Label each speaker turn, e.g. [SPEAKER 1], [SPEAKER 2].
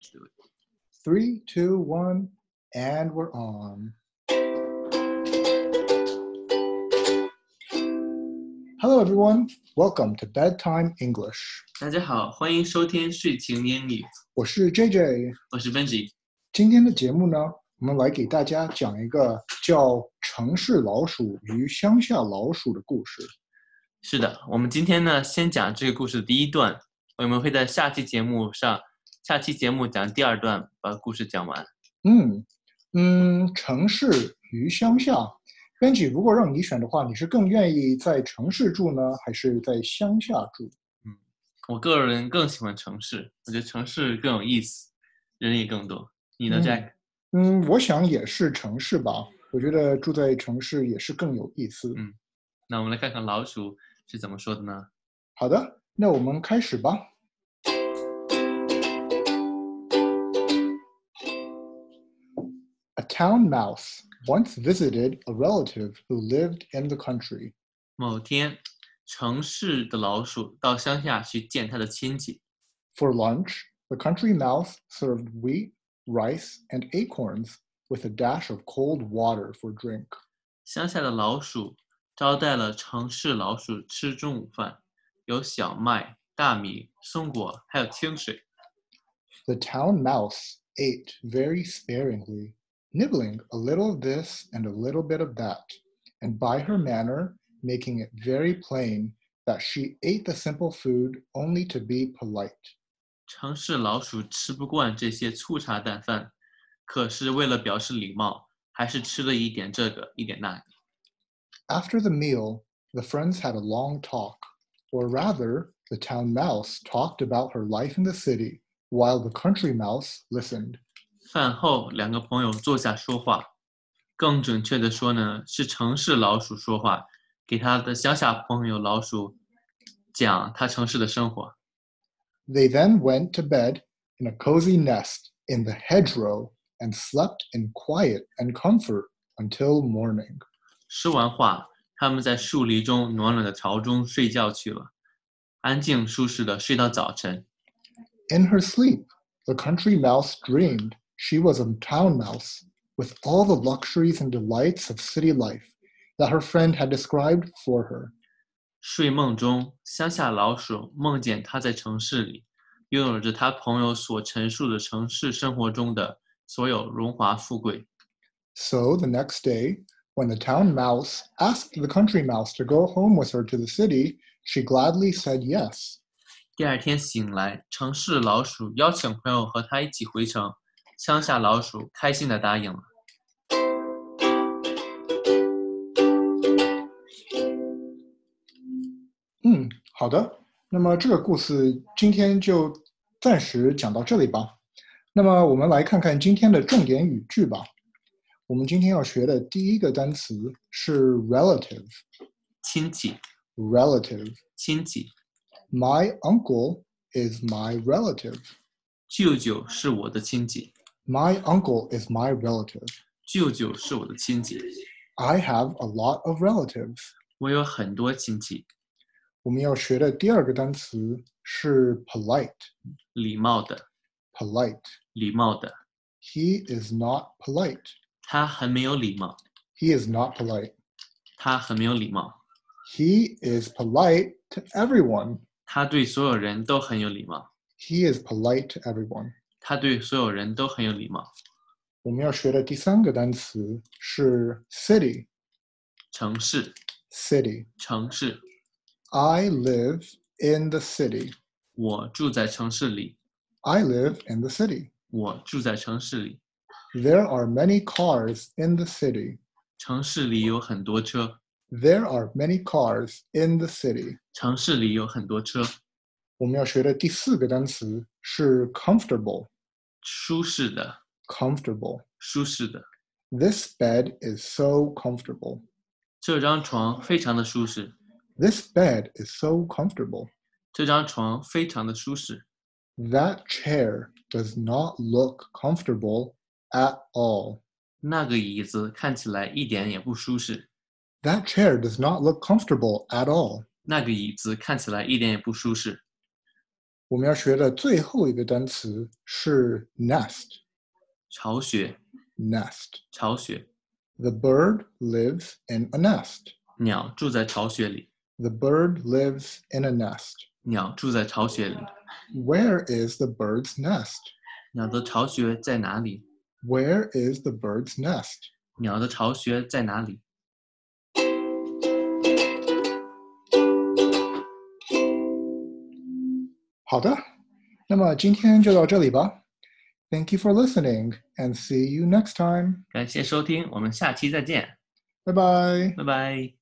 [SPEAKER 1] Let's do it.
[SPEAKER 2] Three, two, one, and we're on. Hello, everyone. Welcome to Bedtime English.
[SPEAKER 1] 大家好，欢迎收听《睡前英语》，
[SPEAKER 2] 我是 JJ。
[SPEAKER 1] 我是 Benji。
[SPEAKER 2] 今天的节目呢，我们来给大家讲一个叫《城市老鼠与乡下老鼠》的故事。
[SPEAKER 1] 是的，我们今天呢，先讲这个故事的第一段，我们会在下期节目上，下期节目讲第二段，把故事讲完。
[SPEAKER 2] 嗯嗯，城市与乡下。编辑，如果让你选的话，你是更愿意在城市住呢，还是在乡下住？
[SPEAKER 1] 我个人更喜欢城市，我觉得城市更有意思，人也更多。你呢
[SPEAKER 2] 嗯
[SPEAKER 1] ，Jack？
[SPEAKER 2] 嗯，我想也是城市吧。我觉得住在城市也是更有意思。
[SPEAKER 1] 嗯那我们来看看老鼠是怎么说的呢？
[SPEAKER 2] 好的，那我们开始吧。A town mouse once visited a relative who lived in the country.
[SPEAKER 1] 某天，城市的老鼠到乡下去见它的亲戚。
[SPEAKER 2] For lunch, the country mouse served wheat, rice, and acorns with a dash of cold water for drink.
[SPEAKER 1] 乡下的老鼠招待了城市老鼠吃中午饭，有小麦、大米、松果，还有清水。
[SPEAKER 2] The town mouse ate very sparingly, nibbling a little of this and a little bit of that, and by her manner making it very plain that she ate the simple food only to be polite.
[SPEAKER 1] 城市老鼠吃不惯这些粗茶淡饭，可是为了表示礼貌，还是吃了一点这个，一点那个。
[SPEAKER 2] After the meal, the friends had a long talk, or rather, the town mouse talked about her life in the city, while the country mouse listened.
[SPEAKER 1] 饭后，两个朋友坐下说话，更准确的说呢，是城市老鼠说话，给他的乡下朋友老鼠讲他城市的生活。
[SPEAKER 2] They then went to bed in a cozy nest in the hedgerow and slept in quiet and comfort until morning.
[SPEAKER 1] 说完话，他们在树林中暖暖的巢中睡觉去了，安静舒适的睡到早晨。
[SPEAKER 2] In her sleep, the country mouse dreamed she was a town mouse with all the luxuries and delights of city life that her friend had described for her.
[SPEAKER 1] 睡梦中，乡下老鼠梦见他在城市里，拥有着他朋友所陈述的城市生活中的所有荣华富贵。
[SPEAKER 2] So the next day, when the town mouse asked the country mouse to go home with her to the city, she gladly said yes.
[SPEAKER 1] 第二天醒来，城市老鼠邀请朋友和他一起回城，乡下老鼠开心的答应了。
[SPEAKER 2] 嗯，好的。那么这个故事今天就暂时讲到这里吧。那么我们来看看今天的重点语句吧。我们今天要学的第一个单词是 relative。
[SPEAKER 1] 亲戚，
[SPEAKER 2] relative。
[SPEAKER 1] 亲戚，
[SPEAKER 2] My uncle is my relative.
[SPEAKER 1] 舅舅是我的亲戚，
[SPEAKER 2] My uncle is my relative.
[SPEAKER 1] 舅舅是我的亲戚，
[SPEAKER 2] I have a lot of relatives.
[SPEAKER 1] 我有很多亲戚。
[SPEAKER 2] 我们要学的第二个单词是 polite。
[SPEAKER 1] 礼貌的，
[SPEAKER 2] polite。
[SPEAKER 1] 礼貌的，
[SPEAKER 2] He is not polite.
[SPEAKER 1] 他很没有礼貌，
[SPEAKER 2] He is not polite.
[SPEAKER 1] 他很没有礼貌，
[SPEAKER 2] He is polite to everyone.
[SPEAKER 1] 他对所有人都很有礼貌，
[SPEAKER 2] He is polite to everyone.
[SPEAKER 1] 他对所有人都很有礼貌。
[SPEAKER 2] 我们要学的第三个单词是 city,
[SPEAKER 1] 城市，
[SPEAKER 2] city.
[SPEAKER 1] 城市，
[SPEAKER 2] I live in the city.
[SPEAKER 1] 我住在城市里，
[SPEAKER 2] I live in the city.
[SPEAKER 1] 我住在城市里，
[SPEAKER 2] There are many cars in the city.
[SPEAKER 1] 城市里有很多车，
[SPEAKER 2] There are many cars in the city.
[SPEAKER 1] 城市里有很多车，
[SPEAKER 2] 我们要学的第四个单词是 comfortable,
[SPEAKER 1] 舒适的，
[SPEAKER 2] comfortable.
[SPEAKER 1] 舒适的，
[SPEAKER 2] This bed is so comfortable.
[SPEAKER 1] 这张床非常的舒适，
[SPEAKER 2] This bed is so comfortable.
[SPEAKER 1] 这张床非常的舒适，
[SPEAKER 2] That chair does not look comfortable at all.
[SPEAKER 1] 那个椅子看起来一点也不舒适，
[SPEAKER 2] That chair does not look comfortable at all.
[SPEAKER 1] 那个椅子看起来一点也不舒适。
[SPEAKER 2] 我们要学的最后一个单词是 nest.
[SPEAKER 1] 巢穴，
[SPEAKER 2] Nest.
[SPEAKER 1] 巢穴，
[SPEAKER 2] The bird lives in a nest.
[SPEAKER 1] 鸟住在巢穴里，
[SPEAKER 2] The bird lives in a nest.
[SPEAKER 1] 鸟住在巢穴里。
[SPEAKER 2] Where is the bird's nest?
[SPEAKER 1] 鸟的巢穴在哪里？
[SPEAKER 2] Where is the bird's nest?
[SPEAKER 1] 鸟的巢穴在哪里？
[SPEAKER 2] 好的，那么今天就到这里吧。Thank you for listening and see you next time.
[SPEAKER 1] 感谢收听，我们下期再见，
[SPEAKER 2] Bye bye.
[SPEAKER 1] 拜拜。